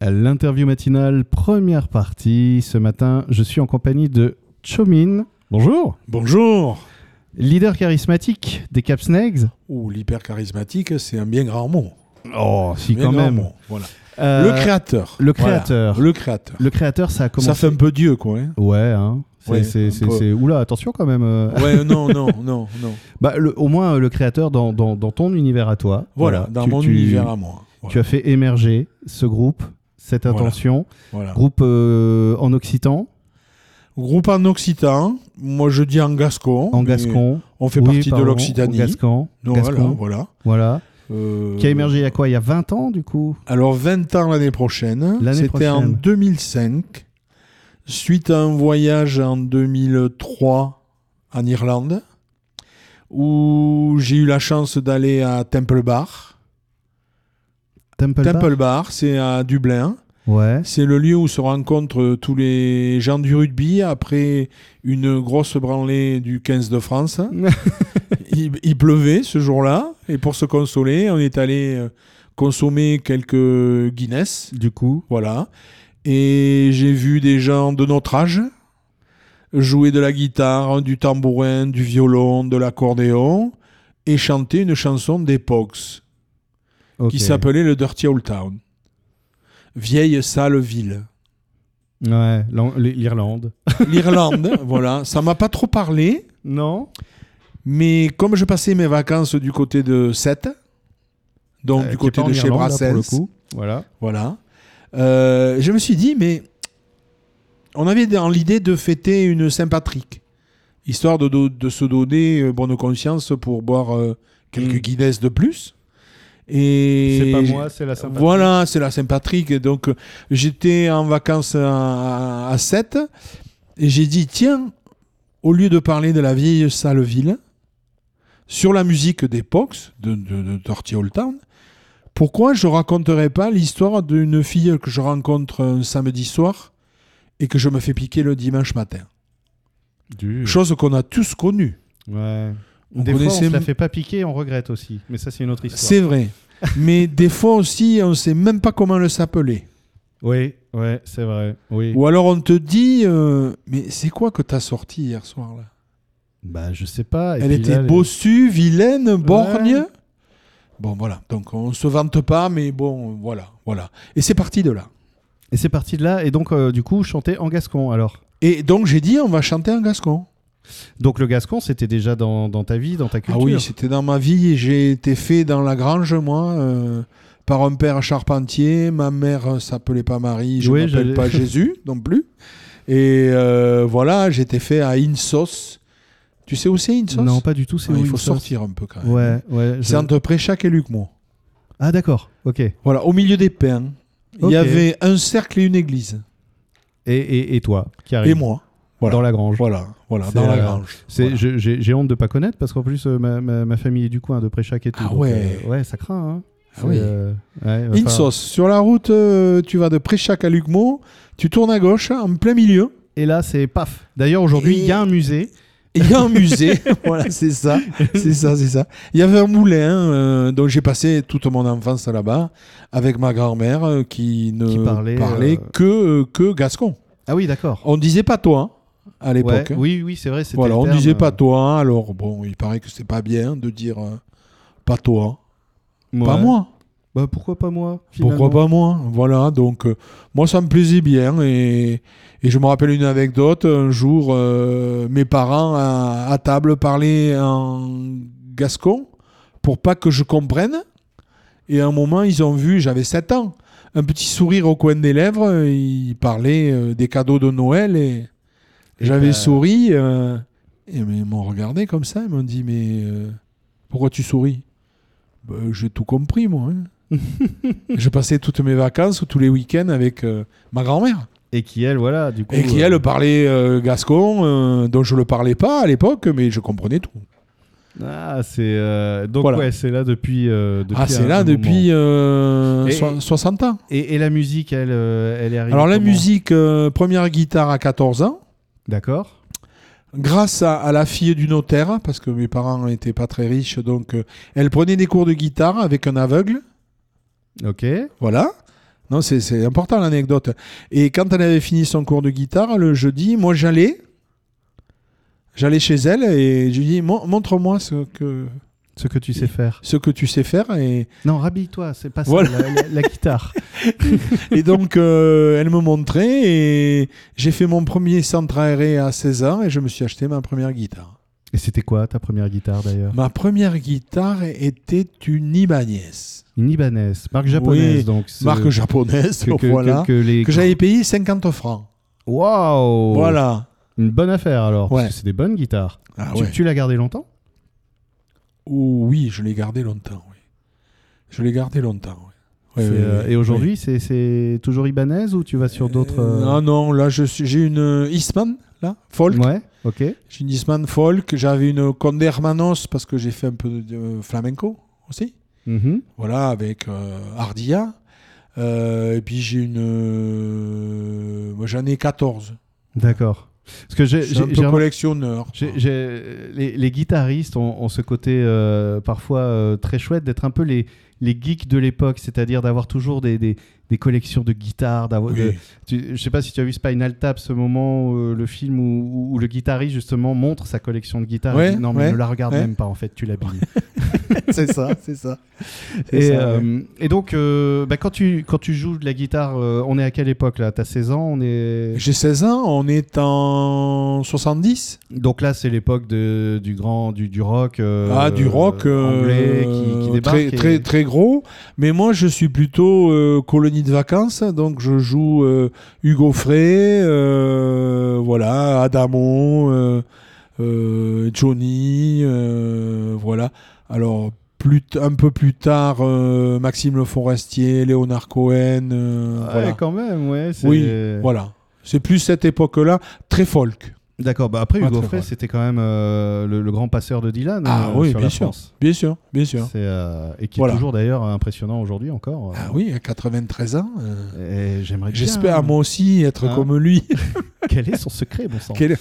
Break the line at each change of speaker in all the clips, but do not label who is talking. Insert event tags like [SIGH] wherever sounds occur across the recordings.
l'interview matinale, première partie. Ce matin, je suis en compagnie de Chomin. Bonjour.
Bonjour
Leader charismatique des Cap Snags.
Ou l'hyper charismatique, c'est un bien grand mot.
Oh, si
Bien
quand
grand
même.
mot, voilà.
Euh,
le créateur.
le
Voilà.
créateur.
Le créateur.
le créateur, ça a commencé.
Ça fait un peu Dieu, quoi. hein.
Ouais, hein. C'est,
Ouais,
c'est-
un
c'est-
peu.
c'est- Oula, attention quand même. euh.
Ouais, non, non, non,
[LAUGHS]
non.
Bah, le- au moins, euh, le créateur dans, dans- dans ton univers à toi.
Voilà, dans
Tu-
mon
tu-
univers à moi.
Tu
Voilà.
as fait émerger ce groupe, cette
Voilà.
intention.
voilà.
Groupe euh, en occitan,
Groupe en occitan, moi je dis en gascon.
en
mais
gascon.
On fait
Oui,
partie
pardon,
de l'Occitanie.
en gascon.
Non,
gascon,
Voilà,
Voilà.
voilà. Euh,
Qui a émergé il y a quoi Il y a 20 ans, du coup
Alors 20 ans l'année prochaine.
L'année
C'était en
prochaine.
2005, suite à un voyage en 2003 en Irlande, où j'ai eu la chance d'aller à Temple Bar.
Temple, Bar
Temple Bar, c'est à Dublin.
Ouais.
C'est le lieu où se rencontrent tous les gens du rugby après une grosse branlée du 15
[LAUGHS]
de France. il, il pleuvait ce jour-là, et pour se consoler, on est allé euh, consommer quelques Guinness.
Du coup,
Voilà. Et j'ai vu des gens de notre âge jouer de la guitare, du tambourin, du violon, de l'accordéon et chanter une chanson des Pogs
ok.
qui s'appelait le Dirty Old Town. Vieille sale ville.
[LAUGHS] Ouais, l'An- l'Irlande.
L'Irlande, voilà. Ça m'a pas trop parlé,
Non
mais comme je passais mes vacances du côté de Sète, donc
Euh, qui
du
est
côté
pas en
de chez
Irlande, là,
Brassens,
pour le coup. Voilà.
Voilà. Euh, je me suis dit, mais on avait dans l'idée de fêter une Saint-Patrick, histoire de, do- de se donner euh, bonne conscience pour boire euh, quelques
Mm.
Guinness de plus. Et
C'est pas moi, c'est la sympathie.
Voilà, c'est la Saint-Patrick. Et Donc, euh, j'étais en vacances à, à 7 et j'ai dit, tiens, au lieu de parler de la vieille salle ville, sur la musique des Pox, de, de, de Dirty Old Town, pourquoi je raconterais pas l'histoire d'une fille que je rencontre un samedi soir et que je me fais piquer le dimanche matin
Dur.
Chose qu'on a tous connue.
Ouais.
On
Des fois, on
connaissait-
se la fait pas piquer, on regrette aussi. Mais ça, c'est une autre histoire.
C'est vrai. Mais des fois aussi, on sait même pas comment le s'appeler.
Oui, ouais, c'est vrai. Oui.
Ou alors on te dit, euh, mais c'est quoi que t'as sorti hier soir là
Bah, je sais pas. Et
Elle
puis
était
là, les-
bossue, vilaine, borgne.
Ouais.
Bon voilà, donc on se vante pas, mais bon voilà, voilà. Et c'est parti de là.
Et c'est parti de là. Et donc, euh, du coup, chanter en gascon, alors
Et donc j'ai dit, on va chanter un gascon.
Donc le gascon, c'était déjà dans, dans ta vie, dans ta culture.
Ah oui, c'était dans ma vie. J'ai été fait dans la grange moi. euh, par un père charpentier, ma mère euh, s'appelait pas Marie, je
Oui, j'allais-
m'appelle pas Jésus
[LAUGHS]
non plus. Et euh, voilà, j'étais fait à Insos. Tu sais où c'est Insos
Non, pas du tout. C'est
Ah,
où
il
une
faut
sauce
sortir un peu quand même.
Ouais, ouais. je-
C'est entre Préchac et Lucmont.
Ah d'accord. Ok. Et,
Voilà, au milieu des pins, il
Ok.
y avait un cercle et une église.
et, et toi, qui arrive
Et moi. Voilà.
dans la grange.
Voilà, voilà,
Ah C'est
dans la
la-
grange.
C'est,
Voilà.
je- j'ai, j'ai honte de pas connaître parce qu'en plus euh, ma, ma, ma famille est du coin de Préchac et tout.
Ah
donc,
ouais.
euh, ouais, ça craint. Hein.
Ah
C'est,
oui.
euh, ouais, enfin,
Insos, sur la route, euh, tu vas de Préchac à Lucmont, tu tournes à gauche, en plein milieu,
Et là, c'est paf. D'ailleurs, aujourd'hui, il y a un musée.
et il y a
[LAUGHS]
un musée. voilà, c'est ça, c'est ça, c'est ça. Il y avait un moulin euh, dont j'ai passé toute mon enfance là-bas, avec ma grand-mère euh, qui ne
Qui parlait,
parlait,
euh,
que, euh, que gascon.
Ah oui, d'accord.
On disait pas toi Oh, à
Ouais,
l'époque. hein.
Oui, oui, c'est vrai. C'était
Voilà,
le
on
terme,
disait
euh,
pas toi, hein, alors bon, il paraît que c'est pas bien de dire euh, pas toi,
ouais.
pas moi.
Bah, pourquoi pas moi
Pourquoi
finalement
pas moi Voilà, donc euh, moi ça me plaisait bien et, et je me rappelle une anecdote. Un jour, euh, mes parents à, à table parlaient en gascon pour pas que je comprenne. Et à un moment, ils ont vu, j'avais 7 ans, un petit sourire au coin des lèvres. Ils parlaient euh, des cadeaux de Noël et,
Et
j'avais
bah-
souri. euh, et mais ils m'ont regardé comme ça. Ils m'ont dit Mais euh, pourquoi tu souris Ben, J'ai tout compris, moi.
[LAUGHS]
hein. je passais toutes mes vacances ou tous les week-ends avec euh, ma grand-mère.
Et qui elle, voilà, du coup.
Et qui,
euh,
elle, parlait euh, gascon, euh, dont je ne le parlais pas à l'époque, mais je comprenais tout.
Ah, c'est euh, donc
Voilà.
ouais, c'est là depuis. euh, depuis
ah, c'est
un
là
moment.
depuis euh,
Et-
so- 60 ans.
Et, et la musique, elle, euh, elle est arrivée.
Alors, la
comment
musique, euh, première guitare à 14 ans.
D'accord.
grâce à, à la fille du notaire, parce que mes parents n'étaient pas très riches, donc euh, elle prenait des cours de guitare avec un aveugle,
Ok.
voilà. Non, c'est- c'est important l'anecdote. Et quand elle avait fini son cours de guitare, le jeudi, moi j'allais. J'allais chez elle et je lui dis Mon- montre-moi ce que,
Ce que tu sais faire.
ce que tu sais faire. Et,
Non, rhabille-toi, c'est pas ça,
Voilà.
la, la- la guitare. [LAUGHS]
et donc euh, elle me montrait et j'ai fait mon premier centre aéré à 16 ans et je me suis acheté ma première guitare.
Et c'était quoi ta première guitare d'ailleurs
Ma première guitare était une Ibanez.
Une Ibanez, marque japonaise
Oui,
donc. ce-
Marque japonaise,
que, que-
[LAUGHS] voilà.
que- Oh. que les-
que j'avais payé 50 francs.
Waouh
Voilà.
Une bonne affaire alors,
Ouais.
parce que c'est des bonnes guitares.
Ah
Tu,
ouais.
tu l'as gardée longtemps
Oh oui, je l'ai gardé longtemps. Oui. Je l'ai gardé longtemps. oui. Oui,
C'est,
oui,
euh,
oui,
Et aujourd'hui, c'est- c'est toujours Ibanez ou tu vas sur
oui.
d'autres.
Euh,
euh,
Non, non, là, je suis- j'ai une euh, Eastman, là, folk.
Ouais, ok.
J'ai une Eastman folk. J'avais une Condé Hermanos parce que j'ai fait un peu de, de flamenco aussi.
Mhm.
Voilà, avec euh, Ardilla. Euh, et puis j'ai une. euh, moi, J'en ai 14.
D'accord. Parce que j'ai-
Je suis un
j'ai
peu
j'ai remarqué-
collectionneur.
j'ai- j'ai- les, les guitaristes ont, ont ce côté euh, parfois euh, très chouette d'être un peu les, les geeks de l'époque, c'est-à-dire d'avoir toujours des, des- des collections de guitares. d'avoir-
Oui.
de- [LAUGHS] tu- je sais pas si tu as vu Spinal Tap, ce moment, où, euh, le film où, où- où le guitariste justement montre sa collection de guitares.
Ouais,
et dit, non, mais
ouais,
ne la regarde
ouais.
même pas, en fait, tu l'habilles.
c'est ça, c'est ça. [LAUGHS] C'est
Et,
ça, ouais.
euh, et donc, euh, bah, quand, tu, quand tu joues de la guitare, euh, on est à quelle époque là T'as 16 ans on est...
J'ai 16 ans, on est en 70.
Donc là, c'est l'époque de- du grand du, du rock. euh,
ah, du rock euh,
anglais qui, qui débarque.
très,
et-
très, très gros. Mais moi, je suis plutôt euh, colonie de vacances. Donc, je joue euh, Hugo Frey, euh, voilà, Adamo, euh, euh, Johnny, euh, voilà. Alors, plus t- un peu plus tard, euh, Maxime Le Forestier, Léonard Cohen, euh,
Ouais,
voilà.
quand même, ouais. c'est-
Oui, voilà. C'est plus cette époque-là, très folk.
D'accord, bah après,
Pas
Hugo
très
Frey,
rock.
c'était quand même euh, le, le grand passeur de Dylan.
Ah
euh,
oui,
sur
bien
la
sûr.
France.
Bien sûr, bien sûr.
C'est, euh, et qui
Voilà.
est toujours d'ailleurs impressionnant aujourd'hui encore.
Ah oui, à 93 ans. euh,
Et J'aimerais bien-
J'espère moi aussi être
Hein.
comme lui.
[LAUGHS] Quel est son secret, bon sang
[LAUGHS] Quel-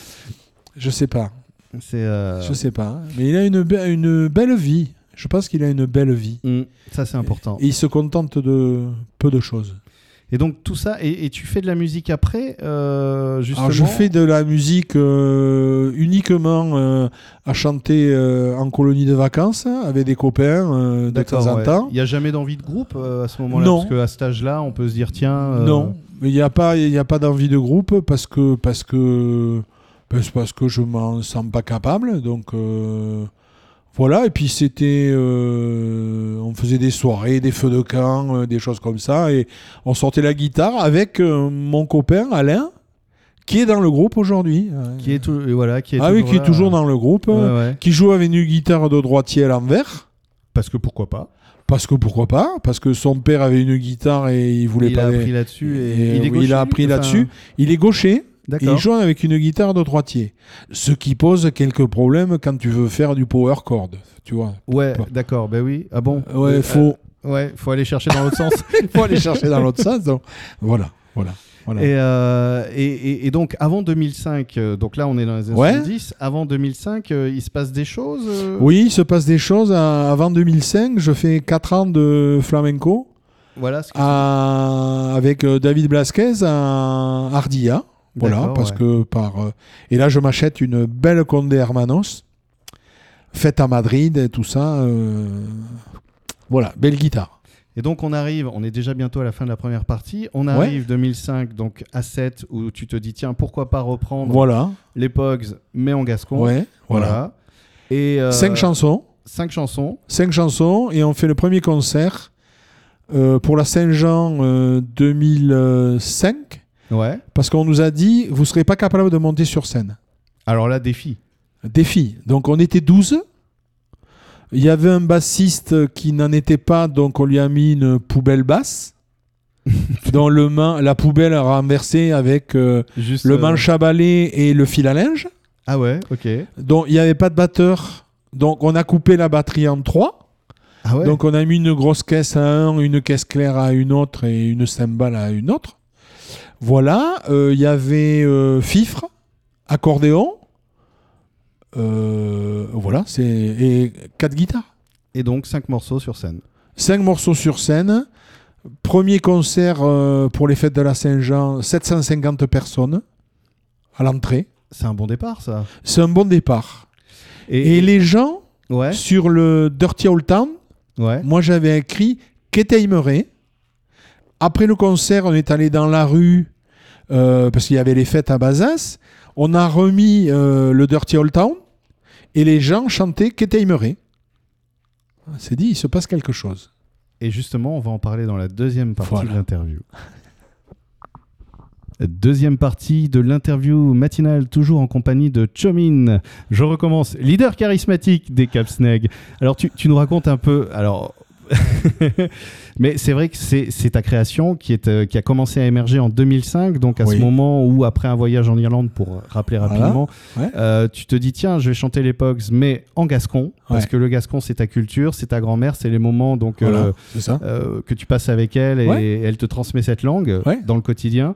Je sais pas,
C'est, euh,
je sais pas. Mais il a une, be- une belle vie. Je pense qu'il a une belle vie.
mm, Ça, c'est important.
Et il se contente de peu de choses.
Et donc tout ça, et, et tu fais de la musique après, euh, justement.
Alors je fais de la musique euh, uniquement euh, à chanter euh, en colonie de vacances hein, avec des copains euh, de temps en
ouais.
temps.
Il n'y a jamais d'envie de groupe euh, à ce moment-là,
Non.
parce qu'à cet âge-là, on peut se dire tiens. euh,
Non, mais il n'y a pas, il y a pas d'envie de groupe parce que parce que parce, parce que je m'en sens pas capable. Donc euh, voilà. Et puis c'était, euh, on faisait des soirées, des feux de camp, euh, des choses comme ça, et on sortait la guitare avec euh, mon copain Alain, qui est dans le groupe aujourd'hui.
Qui est tout, et voilà, qui est
ah oui, qui
là,
est toujours
euh,
dans le groupe, euh,
ouais, ouais.
qui joue avec une guitare de droitier à l'envers.
Parce que pourquoi pas
Parce que pourquoi pas Parce que son père avait une guitare et il voulait
Il
pas.
a appris là-dessus et,
Et
il, est
oui, il a
gaucher,
appris
enfin,
là-dessus. Il est gaucher. Et
D'accord.
il joue avec une guitare de droitier, ce qui pose quelques problèmes quand tu veux faire du power chord, tu vois.
Ouais, d'accord. Ben oui. Ah bon.
Ouais,
Euh,
faut,
euh, ouais, faut aller chercher dans l'autre sens.
faut aller chercher dans
[LAUGHS]
l'autre sens. donc. Voilà, voilà, voilà.
Et, euh, et, et- et donc avant 2005, euh, donc là on est dans les années
Ouais.
70. Avant 2005, euh, il se passe des choses. euh,
Oui, il se passe des choses. À- Avant 2005, je fais 4 ans de flamenco
Voilà. Ce que-
Ah, à- avec euh, David Blasquez à Ardilla. Voilà,
D'accord,
parce
ouais.
que par. euh, Et là, je m'achète une belle Condé Hermanos, faite à Madrid et tout ça. euh, Voilà, belle guitare.
Et donc on arrive, on est déjà bientôt à la fin de la première partie, on arrive 2005 donc à 7 où tu te dis tiens pourquoi pas reprendre
Voilà,
les Pogs mais en gascon.
ouais, voilà.
Et euh,
Cinq chansons,
cinq chansons.
cinq chansons, et on fait le premier concert euh, pour la Saint-Jean euh, 2005,
Ouais.
parce qu'on nous a dit, vous serez pas capable de monter sur scène.
Alors là défi.
Défi. Donc on était 12. Il y avait un bassiste qui n'en était pas, donc on lui a mis une poubelle basse. dans le main, la poubelle renversée avec euh,
Juste
le
euh,
manche à balai et le fil à linge.
Ah ouais, OK.
Donc il n'y avait pas de batteur. Donc on a coupé la batterie en trois.
Ah ouais.
Donc on a mis une grosse caisse à un, une caisse claire à une autre et une cymbale à une autre. Voilà, Euh, il y avait euh, fifre, accordéon. Euh, voilà, c'est et quatre guitares.
Et donc cinq morceaux sur scène.
Cinq morceaux sur scène. Premier concert euh, pour les fêtes de la Saint-Jean, 750 personnes à l'entrée.
C'est un bon départ, ça.
C'est un bon départ. Et, les gens,
ouais,
sur le Dirty Old Town,
ouais.
moi j'avais écrit Keteimeray. Après le concert, on est allé dans la rue, euh, parce qu'il y avait les fêtes à Bazas. On a remis euh, le Dirty Old Town et les gens chantaient Keteimeray. On s'est dit, il se passe quelque chose.
Et justement, on va en parler dans la deuxième partie
Voilà.
de l'interview. Deuxième partie de l'interview matinale, toujours en compagnie de Chomin. Je recommence, leader charismatique des Capsneg. Alors, tu, tu nous racontes un peu. Alors, [LAUGHS] mais c'est vrai que c'est c'est ta création qui, est, euh, qui a commencé à émerger en 2005, donc à ce
Oui.
moment où, après un voyage en Irlande, pour rappeler
Voilà.
rapidement,
Ouais.
euh, tu te dis tiens, je vais chanter les Pogs, mais en gascon, parce
Ouais.
que le gascon, c'est ta culture, c'est ta grand-mère, c'est les moments donc
Voilà,
euh,
c'est ça.
euh, que tu passes avec elle et,
Ouais.
elle te transmet cette langue
Ouais.
dans le quotidien.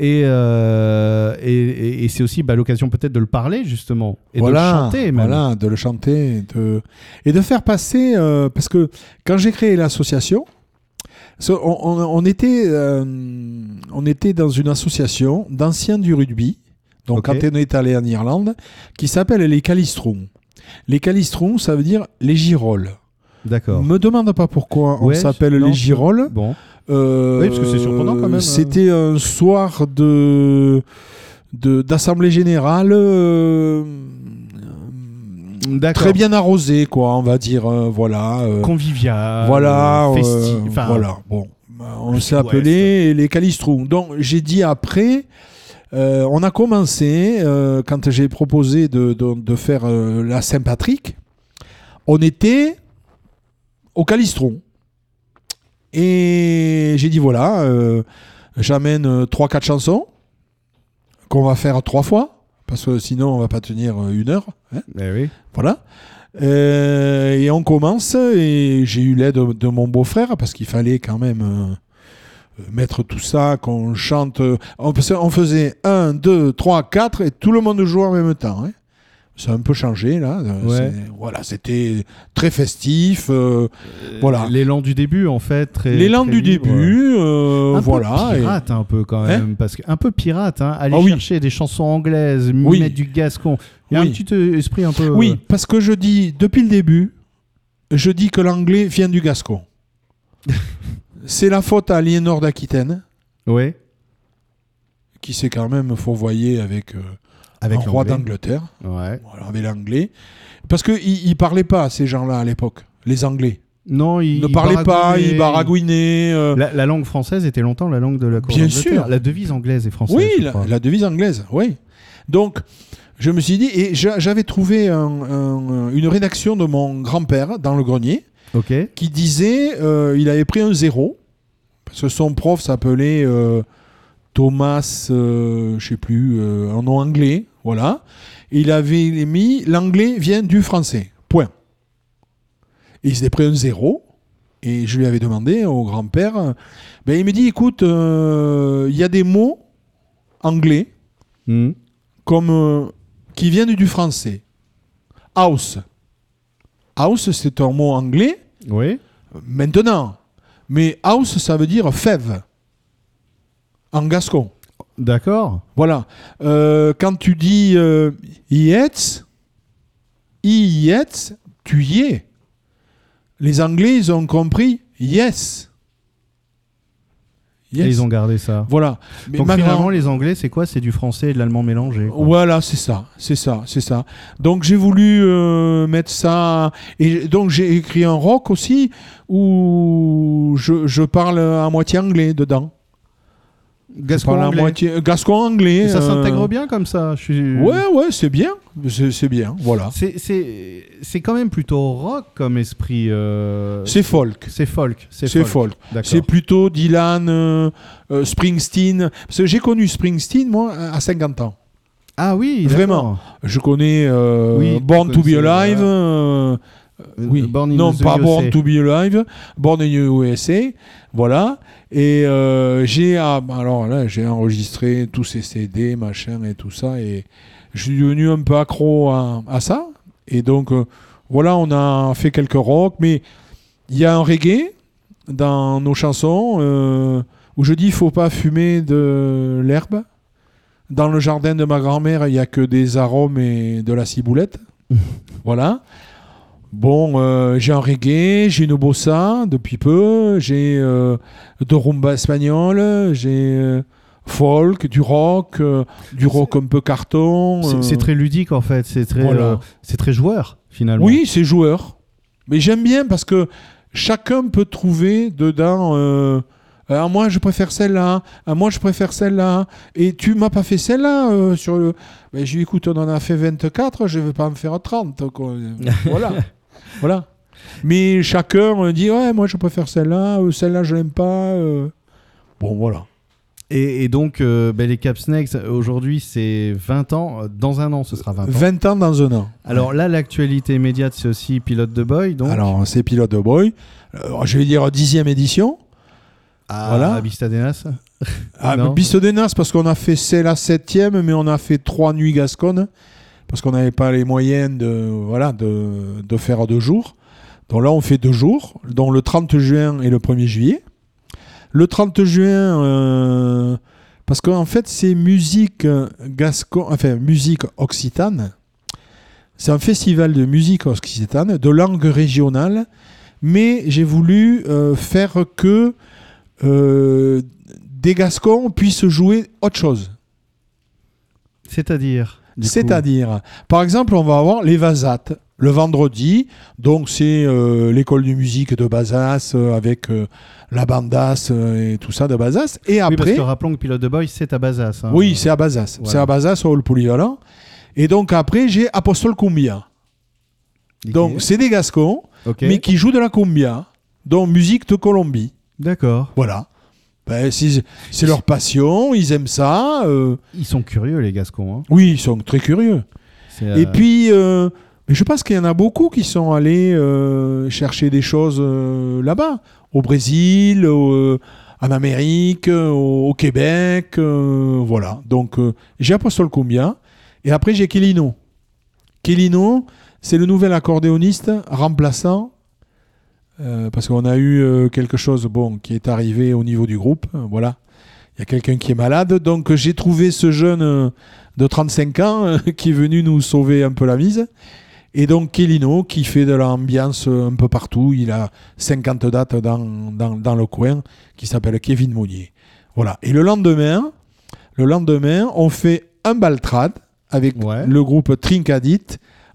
Et, euh, et, et- et c'est aussi bah, l'occasion peut-être de le parler justement et de le chanter même.
Voilà, de le chanter et de, et de faire passer. euh, parce que quand j'ai créé l'association, so- on, on- on était, euh, on était dans une association d'anciens du rugby, donc
Ok.
quand on est allé en Irlande, qui s'appelle les Calistrons. Les Calistrons, ça veut dire les girolles.
D'accord.
Me demande pas pourquoi on
Ouais,
s'appelle
non,
les
je-
girolles.
Bon,
Euh,
Oui, parce que c'est surprenant quand même. hein.
C'était un soir de de- d'assemblée générale euh,
d'accord.
très bien arrosé quoi on va dire euh, voilà euh,
Convivial.
voilà
euh,
euh,
festif. enfin,
voilà bon on
le
s'est
sud-ouest.
appelé les Calistrous donc j'ai dit après euh, on a commencé euh, quand j'ai proposé de, de- de faire euh, la Saint-Patrick on était au Calistron. Et j'ai dit voilà, euh, j'amène 3-4 chansons qu'on va faire trois fois, parce que sinon on va pas tenir euh, une heure. hein,
eh oui.
voilà. Euh, et on commence, et j'ai eu l'aide de, de mon beau-frère, parce qu'il fallait quand même euh, euh, mettre tout ça, qu'on chante. euh, on, parce qu'on faisait 1, 2, 3, 4, et tout le monde jouait en même temps. hein. Ça a un peu changé, là. euh,
Ouais.
c'est- Voilà, c'était très festif. euh, Voilà.
L'élan du début en fait. très-
L'élan
très
du
libre.
début, euh,
Un
voilà.
peu
et- Hein
pirate un peu quand même parce que un peu pirate hein, aller
Ah oui.
chercher des chansons anglaises
Oui.
mettre du gascon il y a un
Oui.
petit euh, esprit un peu
Oui, parce que je dis, depuis le début, je dis que l'anglais vient
[LAUGHS]
du gascon. C'est la faute à Aliénor d'Aquitaine,
euh, ouais
qui s'est quand même fourvoyé avec, euh,
avec
un roi
l'anglais.
d'Angleterre,
ouais
voilà, avec l'anglais. Parce qu'ils ne parlaient pas, ces gens-là, à l'époque, les anglais.
Non, il
Ils ne parlaient pas,
baragouinait,
ils baragouinaient. euh,
La, la langue française était longtemps la langue de la cour
Bien
d'Angleterre.
sûr.
La devise anglaise et française.
Oui,
je
la,
crois.
la devise anglaise, oui. Donc, je me suis dit, et j'a- j'avais trouvé un- un- une rédaction de mon grand-père dans le grenier
Ok.
qui disait, euh, il avait pris un zéro, parce que son prof s'appelait euh, Thomas, euh, je sais plus, euh, un nom anglais, voilà. Et il avait mis, l'anglais vient du français, point. Et il s'était pris un zéro, et je lui avais demandé au grand-père, euh, ben, il me dit, écoute, euh, il y a des mots anglais
Hmm.
comme euh, qui viennent du français. House. House, c'est un mot anglais
Oui.
maintenant. Mais house, ça veut dire fève. En gascon.
D'accord.
Voilà. Euh, quand tu dis euh, yetz, i yetz, tu y es. Les Anglais, ils ont compris yes.
Et
Yes.
ils ont gardé ça.
Voilà. Mais
Donc
ma grand-
finalement, les Anglais, c'est quoi C'est du français et de l'allemand mélangé. quoi.
Voilà, c'est ça, c'est ça, c'est ça. Donc j'ai voulu euh, mettre ça. Et donc j'ai écrit un rock aussi où je, je parle à moitié anglais dedans. Je
Gascon
parle à
anglais.
moitié euh, gascon anglais.
Et ça
euh,
s'intègre bien comme ça. Je suis...
Ouais, ouais, c'est bien, c'est c'est bien. Voilà.
C'est- C'est c'est quand même plutôt rock comme esprit. euh,
C'est folk.
C'est folk.
C'est folk.
D'accord.
C'est plutôt Dylan, euh, euh, Springsteen. Parce que j'ai connu Springsteen moi à 50 ans.
Ah oui.
Vraiment.
d'accord.
Je connais euh,
Oui,
Born
vous
to be
connaissez,
alive. euh, Oui.
Born in
non,
the
pas
USA.
Born to be Alive, Born in USA, voilà. Et euh, j'ai ah, bah alors là, j'ai enregistré tous ces CD, machin et tout ça, et je suis devenu un peu accro à, à ça. Et donc euh, voilà, on a fait quelques rock, mais il y a un reggae, dans nos chansons euh, où je dis faut pas fumer de l'herbe. Dans le jardin de ma grand-mère, il y a que des arômes et de
[LAUGHS]
la ciboulette. voilà. Bon, euh, j'ai un reggae, j'ai une bossa depuis peu, j'ai euh, de rumba espagnole, j'ai euh, folk, du rock, euh, du rock un peu carton.
C'est-
euh,
C'est très ludique en fait, c'est très,
voilà.
euh, c'est très joueur finalement.
Oui, c'est joueur. Mais j'aime bien parce que chacun peut trouver dedans. euh, ah, moi, je préfère celle-là. Ah, moi, je préfère celle-là. Et tu m'as pas fait celle-là euh, sur le. Ben, je lui dis, écoute, on en a fait 24, je vais pas en faire 30. quoi. voilà. voilà. Mais chacun euh, dit, ouais, moi, je préfère celle-là. euh, celle-là, je l'aime pas. euh. Bon, voilà.
Et, et donc, euh, ben, les Cap Snakes, aujourd'hui, c'est 20 ans. Euh, Dans un an, ce sera 20 ans.
20 ans dans un an.
Alors là, l'actualité immédiate, c'est aussi Pilote de Boy. Donc,
Alors, c'est Pilote de Boy. Euh, je vais dire dixième édition.
à
voilà.
à Bistadenas.
Ah,
Non.
mais Bistodenas, parce qu'on a fait c'est la septième, mais on a fait trois nuits gasconnes, parce qu'on n'avait pas les moyens de, voilà, de, de faire deux jours. Donc là, on fait deux jours, dont le 30 juin et le 1er juillet. Le 30 juin, euh, parce qu'en fait, c'est musique euh, gascon, enfin, musique occitane. C'est un festival de musique occitane, de langue régionale, mais j'ai voulu euh, faire que euh, des Gascons puissent jouer autre chose.
C'est-à-dire du coup,
C'est-à-dire, par exemple, on va avoir les Vasates le vendredi. Donc, c'est euh, l'école de musique de Bazas euh, avec euh, la bandasse euh, et tout ça de Bazas. Et
Oui, parce
après,
que rappelons que Pilote de Boy, c'est à Bazas. hein.
oui, c'est à Bazas.
Voilà.
C'est à Bazas au Hall Polyvalent. Et donc, après, j'ai Apostol Cumbia.
Ok.
Donc, c'est des Gascons,
Ok.
mais qui jouent de la Cumbia, donc musique de Colombie.
D'accord.
Voilà. Ben, c'est c'est leur passion, ils aiment ça. euh,
Ils sont curieux, les Gascons. hein.
oui, ils sont très curieux.
C'est,
Et
euh,
puis, euh, je pense qu'il y en a beaucoup qui sont allés euh, chercher des choses euh, là-bas, au Brésil, au, euh, en Amérique, euh, au, au Québec, euh, voilà. Donc, euh, j'ai Apostol Cumbia, et après j'ai Kelino. Kelino, c'est le nouvel accordéoniste remplaçant, euh, parce qu'on a eu euh, quelque chose bon, qui est arrivé au niveau du groupe, euh, voilà. Il y a quelqu'un qui est malade, donc euh, j'ai trouvé ce jeune... euh, de 35 ans euh, [LAUGHS] qui est venu nous sauver un peu la mise. Et donc Kelino qui fait de l'ambiance euh, un peu partout. Il a 50 dates dans, dans, dans le coin qui s'appelle Kevin Monnier. Voilà. Et le lendemain, le lendemain, on fait un baltrade avec
Ouais.
le groupe Trincadit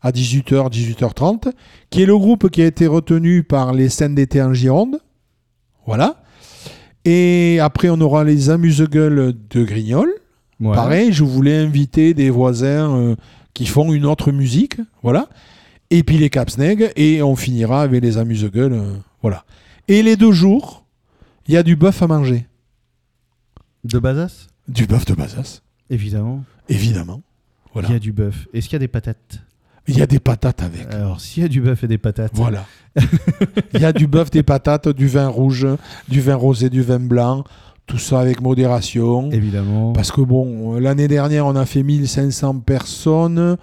à 18h, 18h30, qui est le groupe qui a été retenu par les scènes d'été en Gironde. Voilà. Et après, on aura les amuse-gueules de Grignol.
ouais.
Pareil, je voulais inviter des voisins euh, qui font une autre musique, voilà. Et puis les Capsneg, et on finira avec les Amuse-Gueules, euh, voilà. Et les deux jours, il y a du bœuf à manger.
De Bazas
Du bœuf de Bazas,
Évidemment.
évidemment. Voilà.
Il y a du bœuf. Est-ce qu'il y a des patates
Il y a des patates avec.
Alors, s'il y a du bœuf et des patates. [LAUGHS]
Voilà. Il y a du bœuf, des patates, du vin rouge, du vin rosé, du vin blanc, tout ça avec modération.
Évidemment.
Parce que bon, euh, l'année dernière, on a fait 1500 personnes.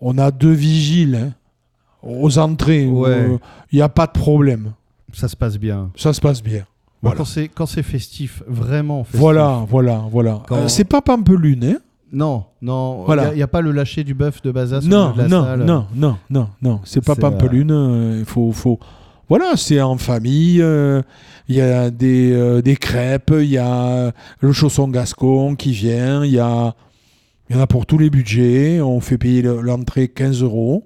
On a deux vigiles hein, aux entrées. où,
Ouais.
euh, Il n'y a pas de problème.
Ça se passe bien.
Ça se passe bien. Voilà.
Quand c'est quand c'est festif, vraiment festif.
Voilà, voilà, voilà.
Quand-
Euh, c'est pas Pampelune, hein
Non, non. Il
Voilà.
n'y a, pas le lâcher du bœuf de Bazas. au
non,
milieu de la
non,
salle.
non, non, non, non, c'est pas
C'est, euh,
Pampelune. euh, Il faut, faut. Voilà, c'est en famille. euh, Il y a des, euh, des crêpes, il y a le chausson gascon qui vient, il y a. Il y en a pour tous les budgets. On fait payer le- l'entrée 15 euros.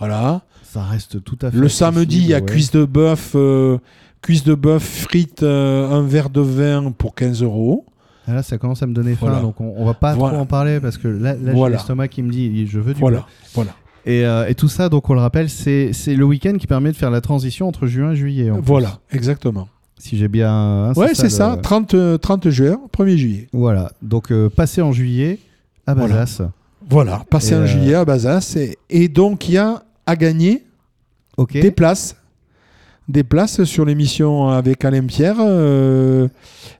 Voilà.
Ça reste tout à fait.
Le samedi, il y a
accessible, ouais.
cuisse de bœuf, euh, cuisse de bœuf, frites, euh, un verre de vin pour 15 euros.
Ah Là, ça commence à me donner faim,
Voilà.
donc on, on va pas
Voilà.
trop en parler parce que là, là j'ai
Voilà.
l'estomac qui me dit je veux du
Voilà,
bœuf.
voilà,
Et, euh, et tout ça, donc on le rappelle, c'est c'est le week-end qui permet de faire la transition entre juin et juillet. en plus.
voilà, exactement.
Si j'ai bien. hein,
ouais, c'est ça.
le-
30, euh, 30 juin, 1er juillet.
Voilà. Donc euh, passer en juillet à
Voilà.
Bazas.
Voilà, passé
Et,
un
euh,
juillet à Bazas. Et, et donc, il y a à gagner
Ok.
des places. Des places sur l'émission avec Alain Pierre. Euh,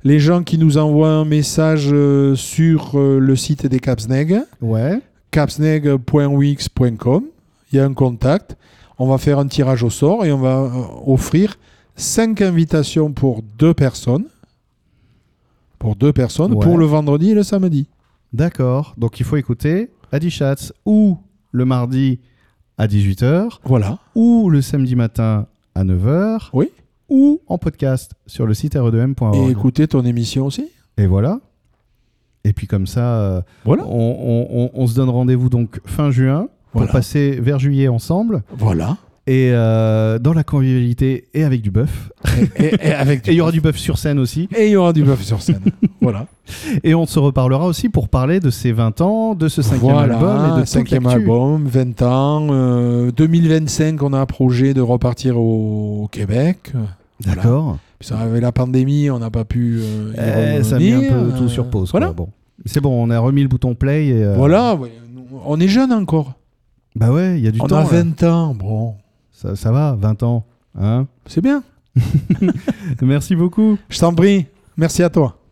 les gens qui nous envoient un message euh, sur euh, le site des Capsneg,
Ouais.
capsneg.wix.com, il y a un contact. On va faire un tirage au sort et on va euh, offrir cinq invitations pour deux personnes. Pour deux personnes,
Ouais.
pour le vendredi et le samedi.
D'accord. Donc il faut écouter à 10 chats ou le mardi à 18h
Voilà.
ou le samedi matin à 9h
Oui.
ou en podcast sur le site E
Et
re2m.org.
écoutez ton émission aussi.
Et, voilà. Et puis comme ça, euh,
Voilà.
on, on- on- on se donne rendez-vous donc fin juin pour
Voilà.
passer vers juillet ensemble
Voilà.
et euh, dans la convivialité et avec du bœuf.
Et, et avec du-
Et il y aura du bœuf sur scène aussi.
Et il y aura du bœuf sur scène. [LAUGHS] voilà.
Et on se reparlera aussi pour parler de ces 20 ans, de ce cinquième
voilà,
album et de
cinquième
toute l'actu.
album, 20 ans. euh, 2025, on a un projet de repartir au Québec.
D'accord.
Puis ça, avec la pandémie, on n'a pas pu. euh, y
Eh, ça a mis un peu
revenir, euh,
tout sur pause. quoi.
Voilà.
Bon. C'est bon, on a remis le bouton play. Et, euh,
Voilà, ouais, nous, on est jeune encore.
Bah ouais, il y a du
on
temps.
a
là.
20 ans. Bon,
Ça, ça va, 20 ans. Hein
c'est bien.
Merci beaucoup.
Je t'en prie. Merci à toi.